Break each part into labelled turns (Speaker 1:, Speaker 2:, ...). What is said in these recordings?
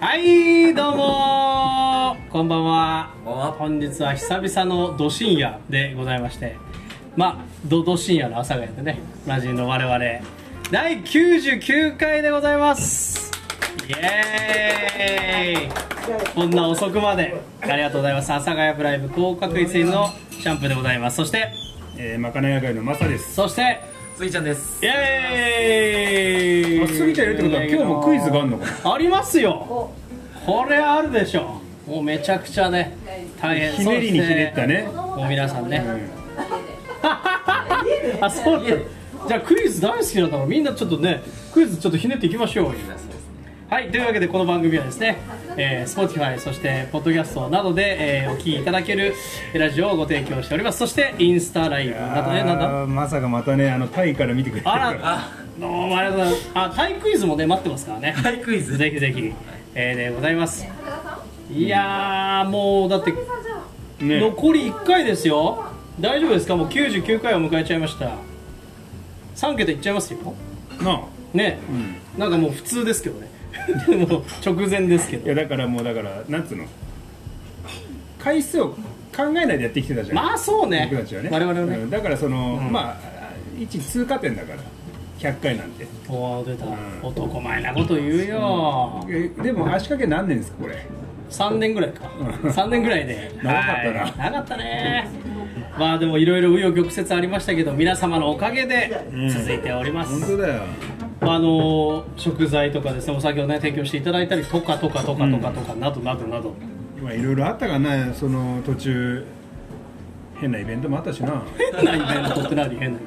Speaker 1: はいどうもーこんばんは
Speaker 2: こんばんは
Speaker 1: 本日は久々のど深夜でございましてまあどど深夜の朝がやってねおなじみの我々第99回でございますイエーイこんな遅くまでありがとうございます阿佐ヶ谷ブライブ高確率員のシャンプーでございますそして
Speaker 3: えー、まかない屋街のマサです。
Speaker 1: そして
Speaker 2: スイちゃんです
Speaker 1: イエー
Speaker 3: あ、
Speaker 1: イ
Speaker 3: 過ぎちゃんいるってことは、今日もクイズがあるのかな。
Speaker 1: ありますよこれあるでしょもうめちゃくちゃね大変
Speaker 3: ひねりにひねった
Speaker 1: ね
Speaker 3: ね。
Speaker 1: もう皆さんね、 あそうだじゃあクイズ大好きだったらみんなちょっとねクイズちょっとひねっていきましょうはいというわけでこの番組はですね、えー、Spotify そしてポッドキャストなどで、えーお聴きいただけるラジオをご提供しておりますそしてインスタライブなどねなんだ
Speaker 3: あーまさかまたね、あのタイから見てくれてる
Speaker 1: あ
Speaker 3: から
Speaker 1: どうもありがとうございますあタイクイズもね待ってますからね
Speaker 2: はいクイズ
Speaker 1: ぜひぜひ、えーでございます。いやー、もうだって、
Speaker 3: ら。ね。
Speaker 1: 残り1回ですよ。大丈夫ですか、もう99回を迎えちゃいました。3桁いっちゃいますよ。
Speaker 3: なあ。
Speaker 1: ね、
Speaker 3: うん。
Speaker 1: なんかもう普通ですけどね。 もう直前ですけ
Speaker 3: い
Speaker 1: ど。
Speaker 3: や、だから、もう、だから、なんつうの。回数を考えないでやってきてたじゃん。
Speaker 1: まあ、そうね
Speaker 3: 僕たちはね。。
Speaker 1: 我々はね。
Speaker 3: うんだから、その、
Speaker 1: うん
Speaker 3: まあ、一通過点だから。100回なんて。
Speaker 1: おー出た、
Speaker 3: ん
Speaker 1: 男前なこと言うよ。
Speaker 3: えでも、足掛け何年ですか、これ。
Speaker 1: 3年ぐらいか
Speaker 3: うん
Speaker 1: 3年ぐらいで
Speaker 3: 長かったな
Speaker 1: はい長かったねまあでもいろいろ紆余曲折ありましたけど皆様のおかげで
Speaker 3: うん
Speaker 1: 続いております、
Speaker 3: 本当だよ。
Speaker 1: あのー食材とかですねお酒をね提供していただいたりとかとかとかとかとかなどなどなど
Speaker 3: 今、いろいろあったがな、その途中。変なイベントもあったしな。
Speaker 1: 変なイベントって何変なイベント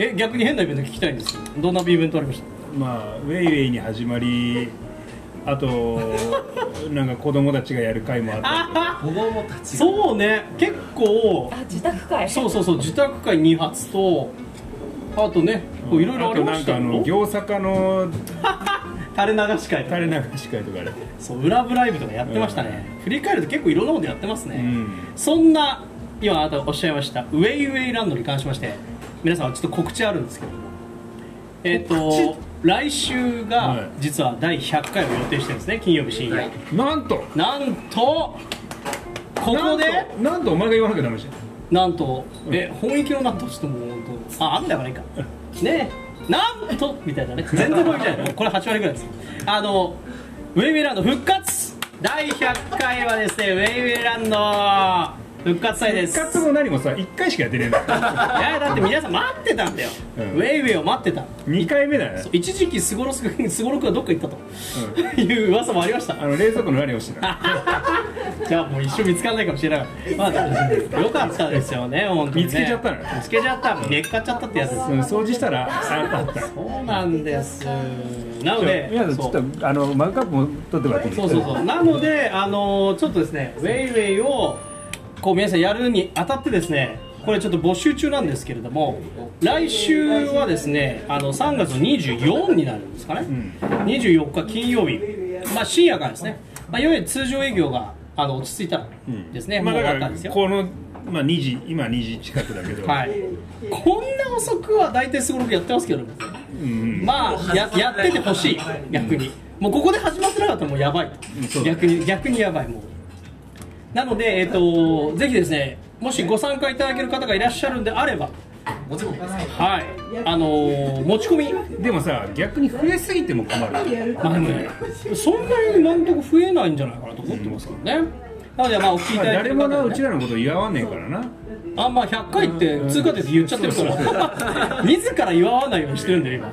Speaker 1: え逆に変なイベント聞きたいんですけどどんなイベントありました
Speaker 3: まあ、ウェイウェイに始まりあとなんか子供たちがやる会もあった
Speaker 1: あ
Speaker 2: 子供たちう
Speaker 1: そうね結構
Speaker 4: あ自宅会
Speaker 1: そうそうそう自宅会2発とあとねこういろいろありました
Speaker 3: あ
Speaker 1: よ
Speaker 3: となんかあの餃子科の
Speaker 1: 垂れ流し会とか
Speaker 3: 垂れ流し会とかで、
Speaker 1: そう「ラブライブ!」とかやってましたね、振り返ると結構いろんなことやってますね、
Speaker 3: うん
Speaker 1: そんな今あなたがおっしゃいましたウェイウェイランドに関しまして皆さんちょっと告知あるんですけどえっ、と来週
Speaker 3: は
Speaker 1: が
Speaker 3: い
Speaker 1: 実は第100回を予定してるんですね金曜日深夜
Speaker 3: なんと
Speaker 1: なんとここで
Speaker 3: なんとなんとお前が言わなきゃダメじゃ
Speaker 1: なんとえ本域のなんとちょっともう本当あ雨だからいいかねえなんとみたいなね全然もうみたい なこれ8割ぐらいですあのウェイウェイランド復活第100回はですねウェイウェイランド復活祭で
Speaker 3: ん
Speaker 1: す
Speaker 3: 復活も何もさ1回しかやってねえん だ
Speaker 1: いやだって皆さん待ってたんだよ、
Speaker 3: うん
Speaker 1: ウェイウェイを待ってた
Speaker 3: 2回目だね
Speaker 1: そう一時期スゴロスくスゴロくがどっ か行ったと、いう噂もありました
Speaker 3: あの冷蔵庫の何をしてた
Speaker 1: じゃあもう一生見つからないかもしれないまあ、よかったですよね本当にね
Speaker 3: 見つけちゃったのよ
Speaker 1: 見つけちゃった見っかっちゃったってやつです
Speaker 3: うん掃除したらああった
Speaker 1: そうなんです。なので、
Speaker 3: 皆さんち
Speaker 1: そ
Speaker 3: ょ
Speaker 1: う
Speaker 3: っとあのマグカップも取ってもらっていい
Speaker 1: そうそうそう。なので、あのーちょっとですね、ウェイウェイをこう皆さんやるにあたってですね、これちょっと募集中なんですけれども、来週はですね、あの3月24になるんですかね。
Speaker 3: ん
Speaker 1: 24日金曜日、まあ深夜からですね。まあいわゆる通常営業があの落ち着いたら
Speaker 3: うん
Speaker 1: ですね、
Speaker 3: まあ
Speaker 1: もう
Speaker 3: だ
Speaker 1: 終わっ
Speaker 3: か
Speaker 1: た
Speaker 3: ら
Speaker 1: んですよ。
Speaker 3: このまあ2時今2時近くだけど
Speaker 1: はい。こんな遅くは大体すごろくやってますけどね。
Speaker 3: うん
Speaker 1: まあややっててほしい逆にもうここで始まってなかったらもうやばい
Speaker 3: うんそうだね
Speaker 1: 逆に逆にやばいもうなのでえっ、とぜひですねもしご参加いただける方がいらっしゃるんであれば
Speaker 2: もちろんです
Speaker 1: はいあのー持ち込み
Speaker 3: でもさ逆に増えすぎても困る
Speaker 1: まあでもねそんなに今のところ増えないんじゃないかなと思ってますけどねなのでまあお聞きい
Speaker 3: まあ
Speaker 1: ただいて
Speaker 3: 誰
Speaker 1: る
Speaker 3: も
Speaker 1: 方
Speaker 3: な
Speaker 1: は
Speaker 3: うち
Speaker 1: ね
Speaker 3: らのこと祝わねえからな
Speaker 1: あんまあ100回って通過点で言っちゃってる から自ら祝わないようにしてるんだよ今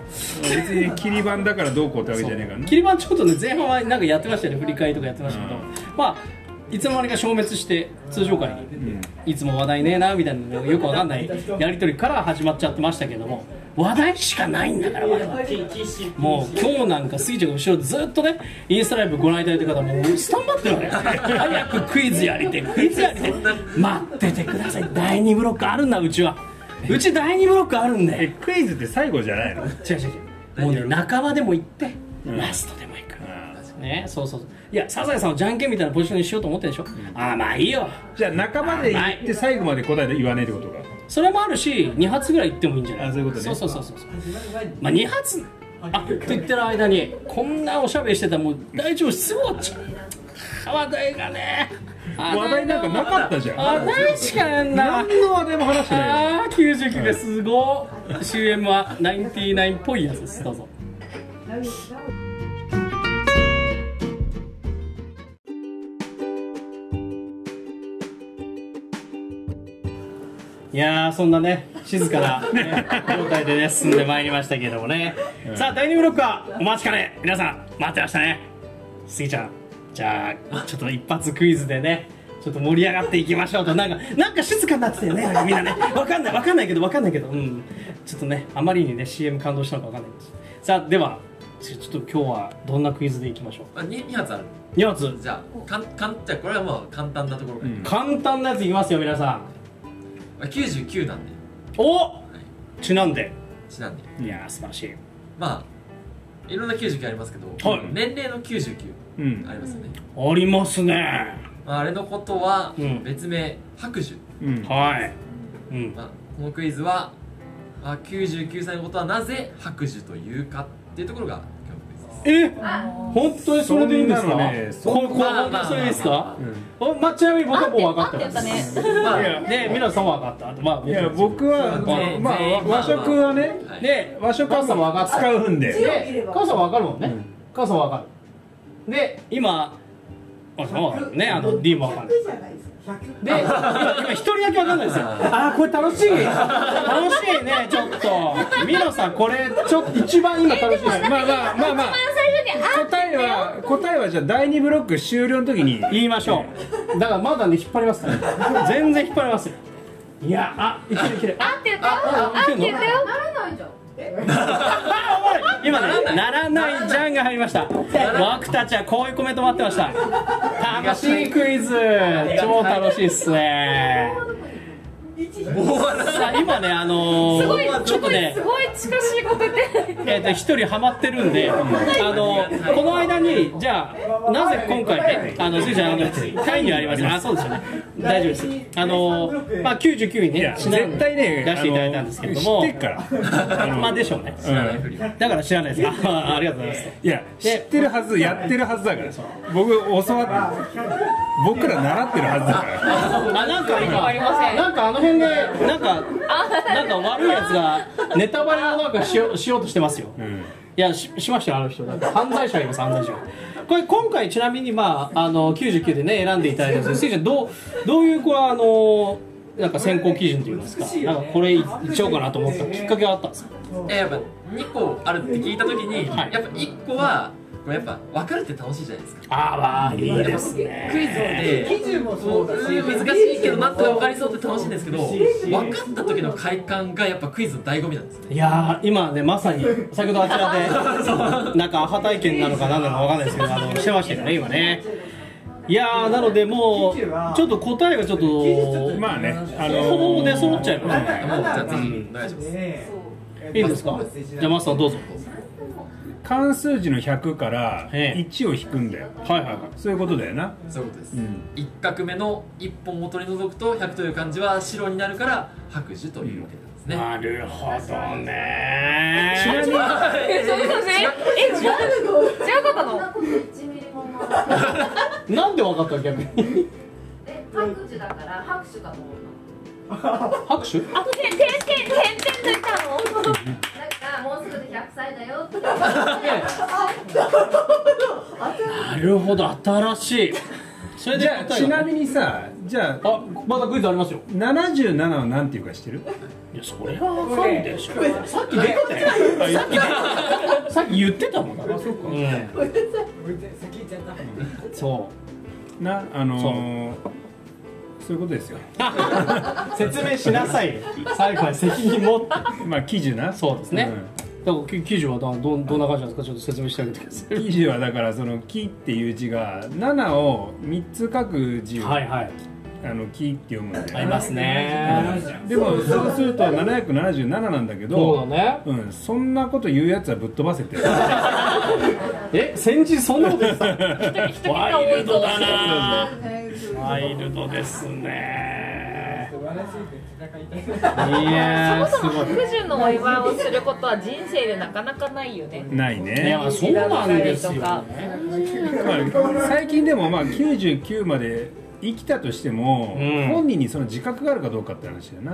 Speaker 3: 別に切り板だからどうこうってわけじゃねえから ね
Speaker 1: 切り板ちょっとね前半はなんかやってましたよね振り返りとかやってましたけど、まあいつの間にか消滅して通常会に、いつも話題ねえなみたいなよくわかんない やり取りから始まっちゃってましたけども話題しかないんだから我々もう今日なんかスギちゃんが後ろずっとねインスタライブご覧いただいた方もうスタンバってるわね早くクイズやりてクイズやりて待っててください第2ブロックあるんだうちはうち第2ブロックあるんで
Speaker 3: えクイズって最後じゃないの
Speaker 1: 違う違う違うもうね仲間でも行って、ラストでも行く、ねそうそうそういやサザエさんをじゃんけんみたいなポジションにしようと思ってるでしょ、ああまあいいよ
Speaker 3: じゃあ仲間で行って最後まで答えで言わないってことか
Speaker 1: それもあるし2発ぐらい行ってもいいんじゃない
Speaker 3: あそういうことね
Speaker 1: そうそうそうそうまあ2発あって言ってる間にこんなおしゃべりしてたらもう大丈夫すぐ終わっちゃ う話題がね
Speaker 3: 話題なんかなかったじゃん
Speaker 1: 話題しかねえんだ
Speaker 3: 何の話題も話してないよ
Speaker 1: ああ99ですごい CM は99っぽいやつですどうぞいやーそんなね静かな、ね、状態でね進んでまいりましたけどもね、さあ第2ブロックはお待ちかね皆さん待ってましたねスギちゃんじゃあちょっと一発クイズでねちょっと盛り上がっていきましょうとなんかなんか静かになってたよねなんかみんなねわかんないわかんないけどわかんないけどうんちょっとねあまりにね CM 感動したのかわかんないですさあではちょちょっと今日はどんなクイズでいきましょう
Speaker 2: あ二二発ある。
Speaker 1: 2発
Speaker 2: じゃあかんかんじゃあこれはもう簡単なところか
Speaker 3: うん
Speaker 1: 簡単なやついきますよ皆さん
Speaker 2: ら。九十九なんで
Speaker 1: おちなんで
Speaker 2: ちなんで。
Speaker 1: いやー素晴らしい
Speaker 2: まあいろんな九十九ありますけど、
Speaker 1: はい
Speaker 2: 年齢の九十九
Speaker 3: うん
Speaker 2: ありますよね。
Speaker 1: ありますね
Speaker 2: まああれのことは
Speaker 1: うん
Speaker 2: 別名白寿。
Speaker 3: うん
Speaker 1: はい、うん、
Speaker 2: まあこのクイズはまあ九十九歳のことはなぜ白寿というかっていうところが今日のクイズです。
Speaker 1: え本当にそれでいいんです
Speaker 3: そ
Speaker 1: か
Speaker 3: んなのね
Speaker 1: これこれ
Speaker 2: まあ
Speaker 1: 本当にそれでいいです
Speaker 2: まあまあ
Speaker 1: か
Speaker 2: ま
Speaker 1: おまあちなみに僕はもう分かってます
Speaker 4: 合ってたね
Speaker 2: まあ
Speaker 3: いや
Speaker 1: で皆さんは分かったあとまあ
Speaker 3: いや僕は
Speaker 2: まあ
Speaker 3: まあ
Speaker 2: 全員
Speaker 3: 和食はね
Speaker 2: はい
Speaker 1: で
Speaker 3: 和食はもう
Speaker 1: わかった
Speaker 3: 使うんで
Speaker 1: で母さんわかるもんね、
Speaker 3: うん
Speaker 1: 母さんわかるで今あそうだねあの D もわかる
Speaker 5: じゃないですか100
Speaker 1: で今今一人だけわかんないですよ ああこれ楽しい 楽しいねちょっとミノさんこれちょっと一番今楽しいです
Speaker 3: まあまあまあまあ
Speaker 4: 一番最初にあ
Speaker 3: 答えは答えはじゃあ第2ブロック終了の時に
Speaker 1: 言いましょうだからまだね引っ張りますから全然引っ張りますよいやあいけるいける
Speaker 4: あって言ったよあって言ったよ
Speaker 5: ならないじゃん
Speaker 1: あおい今ね「ならないじゃん」が入りました僕たちはこういうコメント待ってました楽しいクイズ超楽しいっすねさあ今ねあのー
Speaker 4: すごい
Speaker 1: ちょっとね
Speaker 4: すごいすごい近しいこと言って
Speaker 1: えーと一人ハマってるんで、あのこの間にじゃあなぜ今回ね、あのスイちゃんあのタイにありますね。あそうですよね。大丈夫です。あのまあ99位
Speaker 3: い
Speaker 1: ね
Speaker 3: や、
Speaker 1: ちな
Speaker 3: 絶対ね
Speaker 1: 出していただいたんですけれども
Speaker 3: あの知って っからあの
Speaker 1: まあでしょうね。
Speaker 2: 知らないふりを。
Speaker 1: だから知らないです。あありがとうございます。
Speaker 3: いや知ってるはずやってるはずだから僕教わって僕ら習ってるはずだから
Speaker 1: あなんか今
Speaker 4: ありません
Speaker 1: なんかあの辺でなんかなんか悪いやつがネタバレをなんかしようしようとしてますよ。
Speaker 3: うん
Speaker 1: いやししましたよあの人だって犯罪者がいます犯罪者これ今回ちなみにまああの99でね選んでいただいたんですけどスイちゃんどうどういうこれあのなんか選考基準といいますかなんかこれいいっちゃおうかなと思ったきっかけがあったんですか
Speaker 2: えやっぱ2個あるって聞いた時に、
Speaker 1: はい
Speaker 2: やっぱ1個はこれやっぱ分かるって楽しいじゃないですか
Speaker 1: あーまあいいです
Speaker 2: ク
Speaker 1: ね
Speaker 2: イズって
Speaker 5: 基準もそ
Speaker 2: こ
Speaker 5: う
Speaker 2: う
Speaker 5: だし
Speaker 2: うん難しいけどなんとか分かりそうって楽しいんですけど分かった時の快感がやっぱクイズの醍醐味なんですね
Speaker 1: いやー今ねまさに先ほどあちら でなんかアハ体験なのか何なのかわかんないですけどあのしてましたよね今ねいやーなのでもうちょっと答えがちょっと
Speaker 3: まあねあの
Speaker 1: ほぼほぼ出揃っちゃいますね
Speaker 2: もうじゃあぜひお願いします
Speaker 1: いいですかじゃあマスターどうぞ
Speaker 3: 関数字の100から
Speaker 1: ええ
Speaker 3: 1を引くんだよ
Speaker 1: はいはいはい
Speaker 3: そういうことだよな
Speaker 2: そういうことです、
Speaker 3: うん
Speaker 2: 一画目の一本を取り除くと100という漢字は白になるから白寿というわけなんですね、
Speaker 1: なるほどね
Speaker 3: ちなみに
Speaker 4: えそうそうそうえ違う違うこと
Speaker 6: そんな
Speaker 4: の
Speaker 6: こと1ミリも思わない
Speaker 1: なんでわかったの逆に
Speaker 6: え拍手だから拍手かと思った
Speaker 1: 拍手
Speaker 4: あと点点点点点抜いたの
Speaker 6: なんかもうすぐで100歳だよって
Speaker 1: なるほど新しいそれで
Speaker 3: じゃあ
Speaker 1: 答え
Speaker 3: ちな
Speaker 1: がね
Speaker 3: みにさじゃあ
Speaker 1: あまだクイズありますよ
Speaker 3: 77は何ていうか知ってる
Speaker 1: いやそれはわかるでしょさっき出てたよさっき出てたよさっき言ってたもんあそうかうん
Speaker 5: 先行っちゃった
Speaker 1: そ
Speaker 3: なあのーそういうことですよ
Speaker 1: う説明しなさいよ最後は責任持って
Speaker 3: まあ記事な
Speaker 1: そうですねだからき記事はどどどんな感じなんですかちょっと説明してあげてくださ
Speaker 3: うん記事はだからその「木」っていう字が7を3つ書く字
Speaker 1: い
Speaker 3: を、
Speaker 1: はいはい
Speaker 3: あの木って読むんだよ
Speaker 1: ありますね
Speaker 3: うんでもそうすると777なんだけ
Speaker 1: そうだ
Speaker 3: ど
Speaker 1: ね
Speaker 3: うん、そんなこと言うやつはぶっ飛ばせて
Speaker 1: え先日そんなこと言ってた
Speaker 4: 人が多いぞ
Speaker 1: なワイルドですね
Speaker 5: 素晴らしいですか痛い
Speaker 1: いやー
Speaker 7: そ
Speaker 1: す
Speaker 7: もそも
Speaker 1: ごい
Speaker 7: 白寿のお祝いをすることは人生でなかなかないよね。
Speaker 3: ない
Speaker 1: い
Speaker 3: ね、
Speaker 1: やそうなんですよ、ね、
Speaker 3: まあ、最近でもまあ99まで生きたとしても、
Speaker 1: うん
Speaker 3: 本人にその自覚があるかどうかって話だよな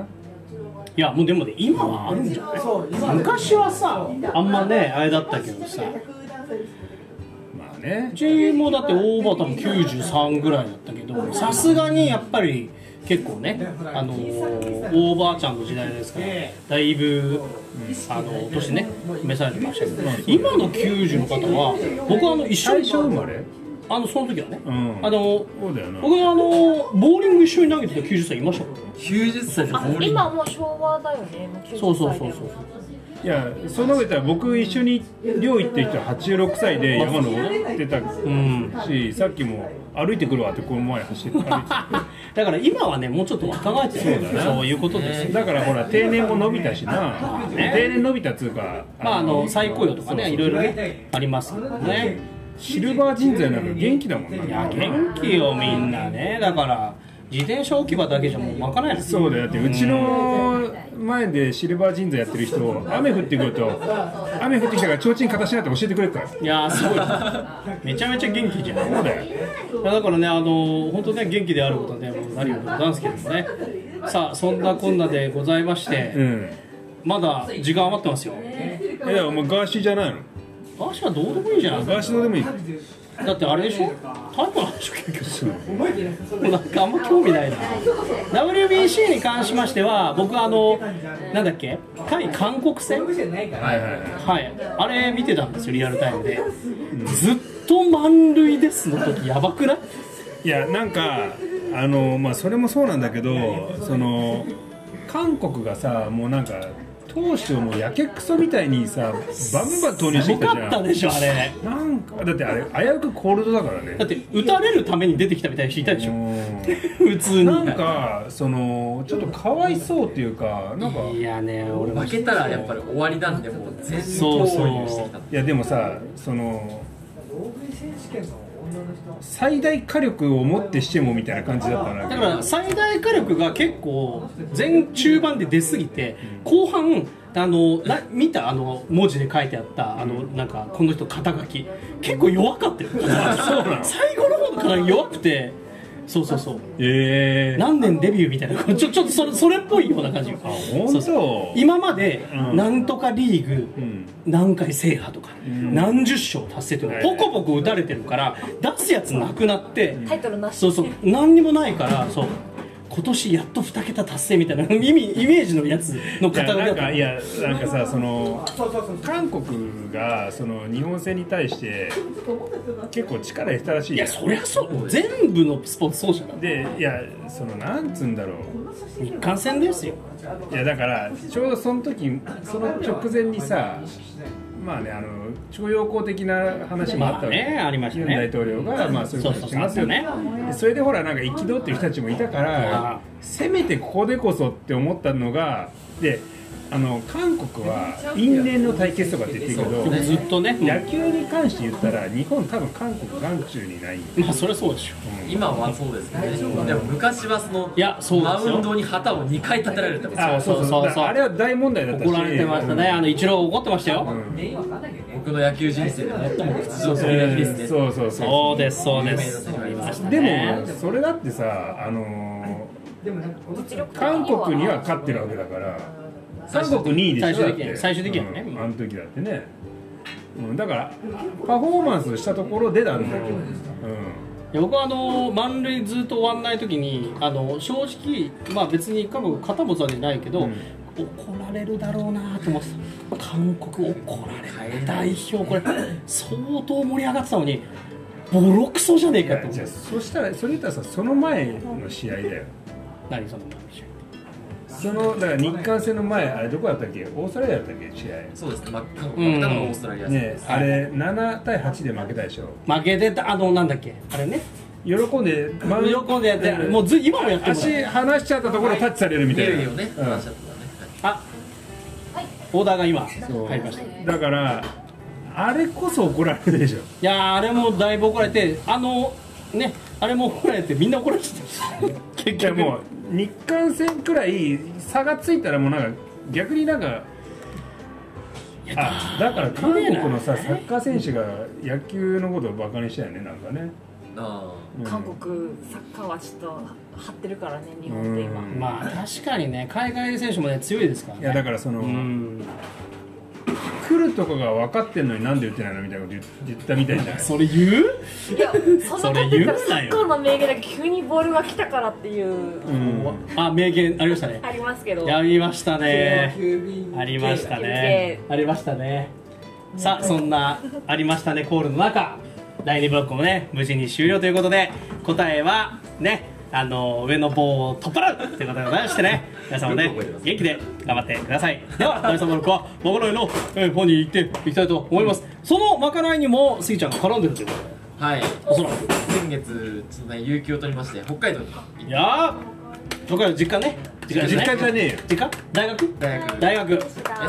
Speaker 3: い
Speaker 1: やもうでもね今はあるんじゃない
Speaker 5: そう今
Speaker 1: 昔はさあんまねあれだったけどさ
Speaker 3: まあね
Speaker 1: うちもだって大畑も93ぐらいだったけどさすがにやっぱり結構ねあのーおばあちゃんの時代ですからだいぶ、あの年ね召されてましたけど今の90の方は僕はあの一緒
Speaker 3: 最
Speaker 1: に
Speaker 3: 初生まれ
Speaker 1: あのその時はね、
Speaker 3: うん
Speaker 1: あの
Speaker 3: そうだよな
Speaker 1: 僕あのボーリング一緒に投げてた90歳いましたもん
Speaker 2: 90歳でボ
Speaker 7: あ
Speaker 2: ーリング
Speaker 7: 今もう昭和だよね。もう90歳
Speaker 1: そうそうそう
Speaker 7: で
Speaker 1: そ
Speaker 7: も
Speaker 1: う
Speaker 3: いやその上では僕一緒に寮行ってる人は86歳で山登ってた
Speaker 1: うん
Speaker 3: しさっきも歩いてくるわってこの前走って歩いてた
Speaker 1: だから今はねもうちょっと若返ってるそういうことですよ、
Speaker 3: だからほら定年も伸びたしな定年伸びたっつうか
Speaker 1: まああの再雇用とかねいろいろ
Speaker 5: そう
Speaker 1: ねありますけどね
Speaker 3: シルバー人材なんか元気だもんない
Speaker 1: や元気よみんなねだから自転車置き場だけじゃもうまかないの
Speaker 3: そうだよだってうちの前でシルバー人材やってる人雨降ってくると雨降ってきたから提灯形になって教えてくれるからそ
Speaker 1: いやーすごいめちゃめちゃ元気じゃん
Speaker 3: うだよ
Speaker 1: いやだからね、あの本当ね、元気であることでもう何よりでございますけどもね。さあ、そんなこんなでございまして、
Speaker 3: うん
Speaker 1: まだ時間余ってますよ。
Speaker 3: いやお前ガーシーじゃないの
Speaker 1: 足はどうでもいいじゃない
Speaker 3: ガーシーどうでもいい
Speaker 1: だってあれでしょタイプなんでしょ結局。
Speaker 5: 覚えてないそ
Speaker 1: もうなんかあんま興味ないな。WBC に関しましては、僕あの、なんだっけ対韓国戦
Speaker 5: れじゃないから
Speaker 2: はいはいはい
Speaker 1: はい、あれ見てたんですよ、リアルタイムで。ずっと満塁ですの時、やばくない
Speaker 3: いやなんかあのまあそれもそうなんだけどその韓国がさもうなんか投手をもうやけくそみたいにさバンバン投入
Speaker 1: す
Speaker 3: して
Speaker 1: ご
Speaker 3: き
Speaker 1: か
Speaker 3: たじゃ
Speaker 1: っ
Speaker 3: ん
Speaker 1: たでしょ、あれ。
Speaker 3: なんかだってあれ危うくコールドだからね
Speaker 1: だって打たれるために出てきたみたいな人いたでしょ
Speaker 3: う
Speaker 1: 普通に
Speaker 3: んなんかそのちょっとかわいそうっていうかなんか
Speaker 1: いやね俺も
Speaker 2: 負けたらやっぱり終わりなんでもう全
Speaker 1: そう
Speaker 2: 投
Speaker 1: そう
Speaker 2: 入してきた
Speaker 3: いやでもさその
Speaker 5: 欧米選手権の女の人
Speaker 3: 最大火力を持ってしてもみたいな感じだったな
Speaker 1: だから最大火力が結構前中盤で出過ぎて後半あのな見たあの文字で書いてあったあのなんかこの人肩書き結構弱か ったよ最後の方の肩書き弱くてそうそうそう
Speaker 3: ええ
Speaker 1: 何年デビューみたいな ちょちょっとそれそれっぽいような感じ
Speaker 3: あ本当
Speaker 1: そうそう今まで
Speaker 3: うん
Speaker 1: なんとかリーグ
Speaker 3: ん
Speaker 1: 何回制覇とか何十勝達成とか
Speaker 3: はい
Speaker 1: ポコポコ打たれてるから出すやつなくなって
Speaker 7: タイトルなし。
Speaker 1: そうそう何にもないからそう今年やっと2桁達成みたいな意味イメージのやつの
Speaker 3: いや
Speaker 1: 方が
Speaker 3: なんかいやなんかさその
Speaker 5: そうそうそう
Speaker 3: 韓国がその日本戦に対して結構力入れたらしい
Speaker 1: い
Speaker 3: よ
Speaker 1: やそりゃそう全部のスポーツそうじゃない
Speaker 3: でいやそのなんつうんだろ
Speaker 1: 日韓戦ですよ
Speaker 3: ういやだからちょうどその時その直前にさまあねあの徴用工的な話もあったわけ、
Speaker 1: まあねありましたね
Speaker 3: ユン大統領が、まあ、そういうことしますよね
Speaker 1: そうそう
Speaker 3: それでほらなんか憤ってる人たちもいたから
Speaker 1: あ
Speaker 3: せめてここでこそって思ったのがであの韓国は因縁の対決とかって言ってるけど、
Speaker 1: ずっとね
Speaker 3: 野球に関して言ったら日本多分韓国眼中にない
Speaker 1: まあそりゃそうでしょ
Speaker 2: 今はそうですねでも昔はその
Speaker 1: いやそうですよ
Speaker 2: マウンドに旗を2回立てられるってことですよ
Speaker 3: あそうそ
Speaker 1: そ
Speaker 3: う
Speaker 1: うそう
Speaker 3: だからあれは大問題だったし
Speaker 1: 怒られてましたねあの一郎怒ってましたよ
Speaker 5: 原因わかんないけどね
Speaker 2: 僕の野球人生で最も屈辱的な日ですね
Speaker 3: そうそうそ
Speaker 1: そうですそうです
Speaker 2: 有名な選手がいまし
Speaker 3: うでもそれだってさあの
Speaker 5: でもなんかこの
Speaker 7: 実
Speaker 3: ー
Speaker 7: 力的には
Speaker 3: 韓国には勝ってるわけだから韓国2位でしょ
Speaker 1: 最終的に
Speaker 3: だって
Speaker 1: 最終的にはね
Speaker 3: うんあの時だってね、うん、だからパフォーマンスしたところでなんだよ、
Speaker 1: いや僕はあの満塁ずっと終わんない時にあの正直、まあ、別に韓国肩持つわけじゃないけど、
Speaker 3: うん
Speaker 1: 怒られるだろうなと思ってた韓国怒られる代表これ相当盛り上がってたのにボロクソじゃねえ
Speaker 3: うん、い
Speaker 1: かと思っ
Speaker 3: やじゃあ
Speaker 1: て
Speaker 3: そしたらそれ言ったらさその前の試合だよ
Speaker 1: 何その
Speaker 3: そのだから日韓戦の前あれどこだったっけオーストラリアだったっけ試合
Speaker 2: そうですね、まあ、韓国負けたのがオーストラリア戦
Speaker 3: ね
Speaker 2: です、
Speaker 3: あれ7対8で負けたでしょ
Speaker 1: 負けてたあのなんだっけあれね
Speaker 3: 喜んで真上
Speaker 1: 喜んでやって、
Speaker 3: うん
Speaker 1: もうず今もやってる
Speaker 3: 足離しちゃったところタッチされるみ
Speaker 2: 見
Speaker 3: たい
Speaker 2: え
Speaker 3: な
Speaker 2: るよね、
Speaker 3: うん
Speaker 2: 話だったらね
Speaker 1: あオーダーが今
Speaker 3: そう
Speaker 1: 入りましたい
Speaker 3: だからあれこそ怒られるでしょ
Speaker 1: やーあれもだいぶ怒られてあのねあれも怒られてみんな怒られてた結
Speaker 3: いや
Speaker 1: 局
Speaker 3: もう日韓戦くらい差がついたらもうなんか逆になんかあだから韓国のさサッカー選手が野球のことをバカにしたよねなんかね、
Speaker 2: あ
Speaker 3: うん
Speaker 7: 韓国サッカーはちょっと張ってるからね日本って今
Speaker 3: うん
Speaker 1: まあ確かにね海外選手もね強いですから
Speaker 3: い
Speaker 1: ね
Speaker 3: やだからその、
Speaker 1: うん
Speaker 3: 来るとこが分かってんのになんで打ってないのみたいなこと言言ったみたいじゃない
Speaker 1: それ言う
Speaker 7: いやそんなこと言ったらサッカーの名言だけ急にボールが来たからっていう、
Speaker 3: うん
Speaker 1: あ名言ありましたね
Speaker 7: ありますけど
Speaker 1: やりましたね
Speaker 5: 急便
Speaker 1: ありましたねありましたねさあそんなありましたねコールの中第2ブロックもね無事に終了ということで答えはねあの上の棒を取っ払うということでございましてね皆さんもね
Speaker 2: よく覚えてます
Speaker 1: 元気で頑張ってくださいでは第3ブロックはまかないのえー方に行っていきたいと思いますそのまかないにもスギちゃんが絡んでるということで
Speaker 2: あはい
Speaker 1: おそらく
Speaker 2: 先月ちょっとね有給を取りまして北海道に行って
Speaker 1: いやー僕ら実家ね実家です
Speaker 3: 実家じゃねえよ
Speaker 1: 実家大学
Speaker 2: 大学
Speaker 1: 大学
Speaker 2: え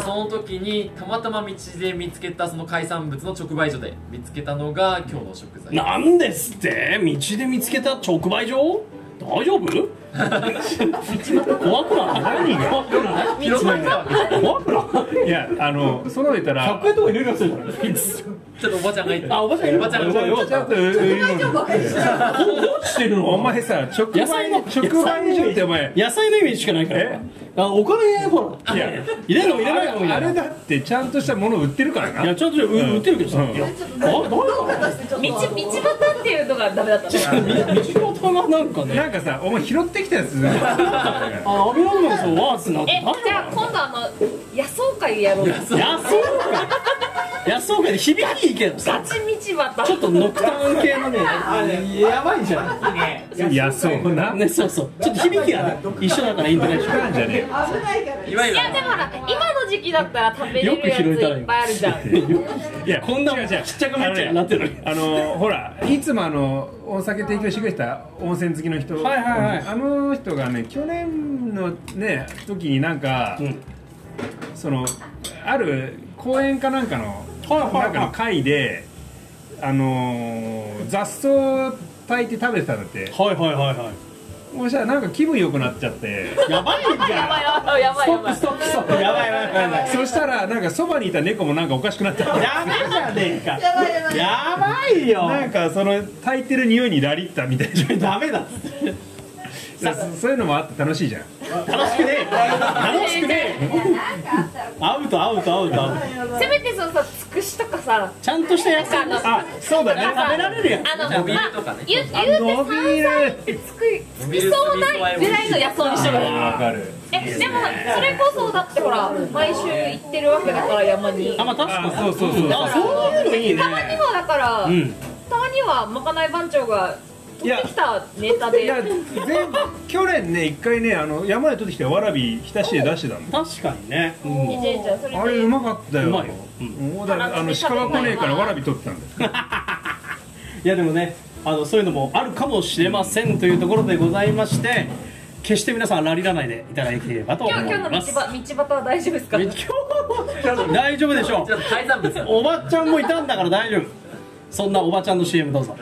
Speaker 2: その時にたまたま道で見つけたその海産物の直売所で見つけたのが今日の食材
Speaker 1: なんですって道で見つけた直売所大丈夫怖くない何が怖
Speaker 2: 拾ってきたわけじゃない
Speaker 1: くない
Speaker 3: いやあのそのいたら
Speaker 1: 100円とか入れるやつじゃない
Speaker 2: ちょっとおばちゃんがいて
Speaker 1: あおばちゃんいる
Speaker 2: おばちゃんがいて
Speaker 1: おば
Speaker 3: ちょっというの
Speaker 1: どうしてるの
Speaker 3: お前さ直
Speaker 1: 野菜
Speaker 3: 売
Speaker 1: の
Speaker 3: の直売所ってお前
Speaker 1: 野菜のイメージしかないから
Speaker 3: え
Speaker 1: あお金ほら
Speaker 3: いや
Speaker 1: 入れるのも入れ
Speaker 3: あ
Speaker 1: ない
Speaker 3: れ
Speaker 1: のもい
Speaker 3: あれ
Speaker 1: い
Speaker 3: だってちゃんとしたもの売ってるから
Speaker 1: や
Speaker 3: な
Speaker 1: ちょっとう
Speaker 3: うん
Speaker 1: 売ってるけどさ、
Speaker 3: うん
Speaker 1: いやあ大丈夫
Speaker 7: 道道端っていうのがダメだっ たね
Speaker 1: 道の棚なんかね
Speaker 3: なんかさお前拾ってきたやつあ
Speaker 1: あ網の上のワーツなんて
Speaker 7: えじゃあ今度あの野草会やろうガ
Speaker 1: 野草会野草会で響きいいけどさ
Speaker 7: チ道端
Speaker 1: ちょっとノクターン系のねやばいじゃん
Speaker 3: いやそうな
Speaker 1: ね、そうそう、ちょっと響きがね、一緒だからイントネーション。
Speaker 3: なんじゃね
Speaker 2: いわゆ
Speaker 7: い
Speaker 2: る
Speaker 7: やでもほら今の時期だったら食べれるやついっぱいあるじゃん
Speaker 3: えいや
Speaker 1: こんなもんちっちゃくなっちゃうなってるのに。
Speaker 3: あのほらいつもあのお酒提供してくれた温泉好きの人、
Speaker 1: はいはいはい
Speaker 3: あの人がね去年のね時になんか、
Speaker 1: ん
Speaker 3: そのある公園かなんかの、
Speaker 1: はいはいはい
Speaker 3: なんかの会であの雑草炊いて食べてたんだって
Speaker 1: はいはいはいは
Speaker 3: そしたらなんか気分良くなっちゃって
Speaker 1: い。やばいじ
Speaker 7: やば
Speaker 1: ゃん。
Speaker 7: いやばいやば
Speaker 1: ストップス
Speaker 7: いやばい
Speaker 1: トップストップ。やばいやばいやばい。
Speaker 3: そしたらなんかそばにいた猫もなんかおかしくなっちゃって
Speaker 1: やばいじゃねえか。やばいよ。
Speaker 3: なんかその炊いてる匂いにラリったみたいな
Speaker 1: ダメだ。
Speaker 3: さそういうのもあって楽しいじゃん
Speaker 1: 楽しくねえ。楽しくねえ。アウトアウトアウトアウト。
Speaker 7: せめてそのさつくしとかさ
Speaker 1: ちゃんとしたやつ。
Speaker 7: なんかあの
Speaker 1: あ、そうだね。食べられるや
Speaker 7: あの
Speaker 2: 伸びる
Speaker 7: まあ
Speaker 2: とかね
Speaker 7: 言う言うて
Speaker 3: 伸びる
Speaker 7: えつくつくそうないぐらいの野草にしとる
Speaker 3: わかる
Speaker 7: えでもそれこそだってほら毎週行ってるわけだから山に
Speaker 1: つ。あ、まあ確か
Speaker 3: あ
Speaker 1: に。
Speaker 3: そうそうそう
Speaker 1: あ、そういうのいいね
Speaker 7: た。まにはだから、
Speaker 1: うん。
Speaker 7: たまにはまかない番長が取ってきたネタ
Speaker 3: い
Speaker 7: で
Speaker 3: や全部去年ね一回ねあの山で取ってきたわらび浸しで出してたの
Speaker 1: 確かにね。
Speaker 7: いじゃんじゃんそれ
Speaker 3: あれうまかったよ
Speaker 1: うまいようん
Speaker 3: もうだからあの鹿が来ねえからわらび取ってたんだよ
Speaker 1: いやでもねあのそういうのもあるかもしれませんというところでございまして決して皆さんラリらないでいただければと思
Speaker 7: 今
Speaker 1: い
Speaker 7: 日今日の道
Speaker 1: ます
Speaker 7: 端道端は大丈夫ですか
Speaker 1: 今日は大丈夫でしょ
Speaker 2: ちょっと海産物
Speaker 1: うおばちゃんもいたんだから大丈夫そんなおばちゃんの CM どうぞ